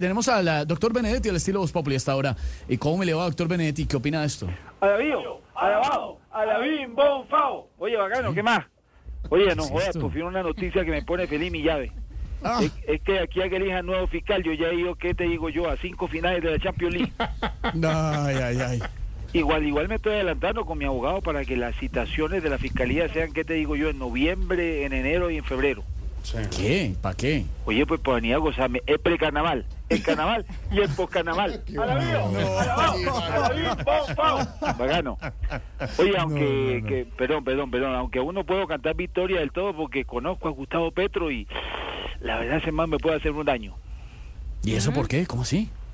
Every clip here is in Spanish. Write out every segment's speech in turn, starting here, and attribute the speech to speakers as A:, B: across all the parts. A: Tenemos al la doctor Benedetti al estilo Voz Populi hasta ahora. ¿Y cómo me le va, doctor Benedetti? ¿Qué opina de esto?
B: a la bio, a la bao, a la bim, bom, fao. Oye, bacano, ¿qué más? Oye, no jodas, por fin una noticia que me pone feliz mi llave.
A: Ah.
B: Es, es que aquí hay que elijan nuevo fiscal, yo ya he ido, ¿qué te digo yo? A cinco finales de la Champions League.
A: Ay, ay, ay.
B: Igual, igual me estoy adelantando con mi abogado para que las citaciones de la fiscalía sean, ¿qué te digo yo? En noviembre, en enero y en febrero.
A: ¿Qué? ¿Para qué?
B: Oye, pues para venir a gozarme, es precarnaval, el carnaval y el postcarnaval. A la bio, a la bao, a la bim, bom, fao. Bacano. Oye, aunque, que- perdón, perdón, perdón, aunque aún no puedo cantar victoria del todo porque conozco a Gustavo Petro y la verdad ese man me puede hacer un daño.
A: ¿Y eso por qué? ¿Cómo así?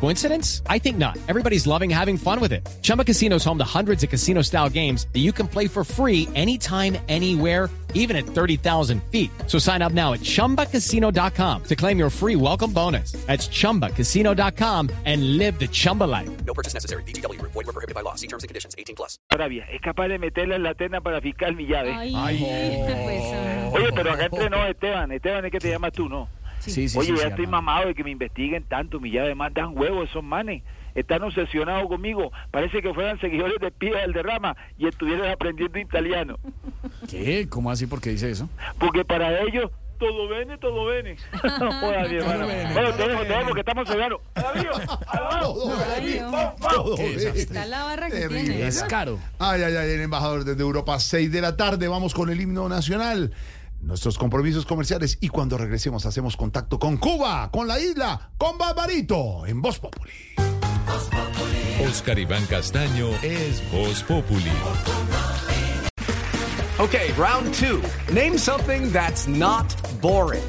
C: Coincidence? I think not. Everybody's loving having fun with it. Chumba Casino is home to hundreds of casino style games that you can play for free anytime, anywhere even at 30,000 feet. So sign up now at ChumbaCasino.com to claim your free welcome bonus. That's ChumbaCasino.com and live the Chumba life.
B: Arabia es capaz de meterla en la terna para fiscal mi llave.
D: pues, ah,
B: Oye, pero acá entre no, Esteban, Esteban es que te llamas tú, ¿no?
A: Sí, sí, sí.
B: Oye,
A: sí,
B: ya estoy
A: Armando.
B: mamado de que me investiguen tanto, mi llave más dan huevos esos manes. Están obsesionados conmigo. Parece que fueran seguidores de Pía del Derrama y estuvieran aprendiendo italiano.
A: ¿Qué? ¿Cómo así? ¿Por qué dice eso?
B: Porque para ellos, todo viene, todo viene. No jodas, mi hermano.
A: bene,
B: Bueno,
A: todo
B: te dejo, te
A: bene.
B: dejo, porque estamos sobrados.
E: Mario,
A: Qué desastre.
D: Está la barra que
E: terrible.
D: tiene.
A: Es caro.
E: Ay, ay, ay, el embajador desde Europa, 6 de la tarde, vamos con el himno nacional, nuestros compromisos comerciales y cuando regresemos hacemos contacto con Cuba, con la isla, con Barbarito, en Voz Populi.
F: Oscar Iván Castaño es Voz Populi.
G: Okay, round two. Name something that's not boring.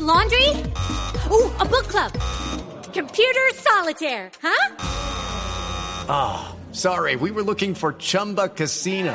H: laundry? Ooh, a book club. Computer solitaire, huh?
G: Sorry, we were looking for Chumba Casino.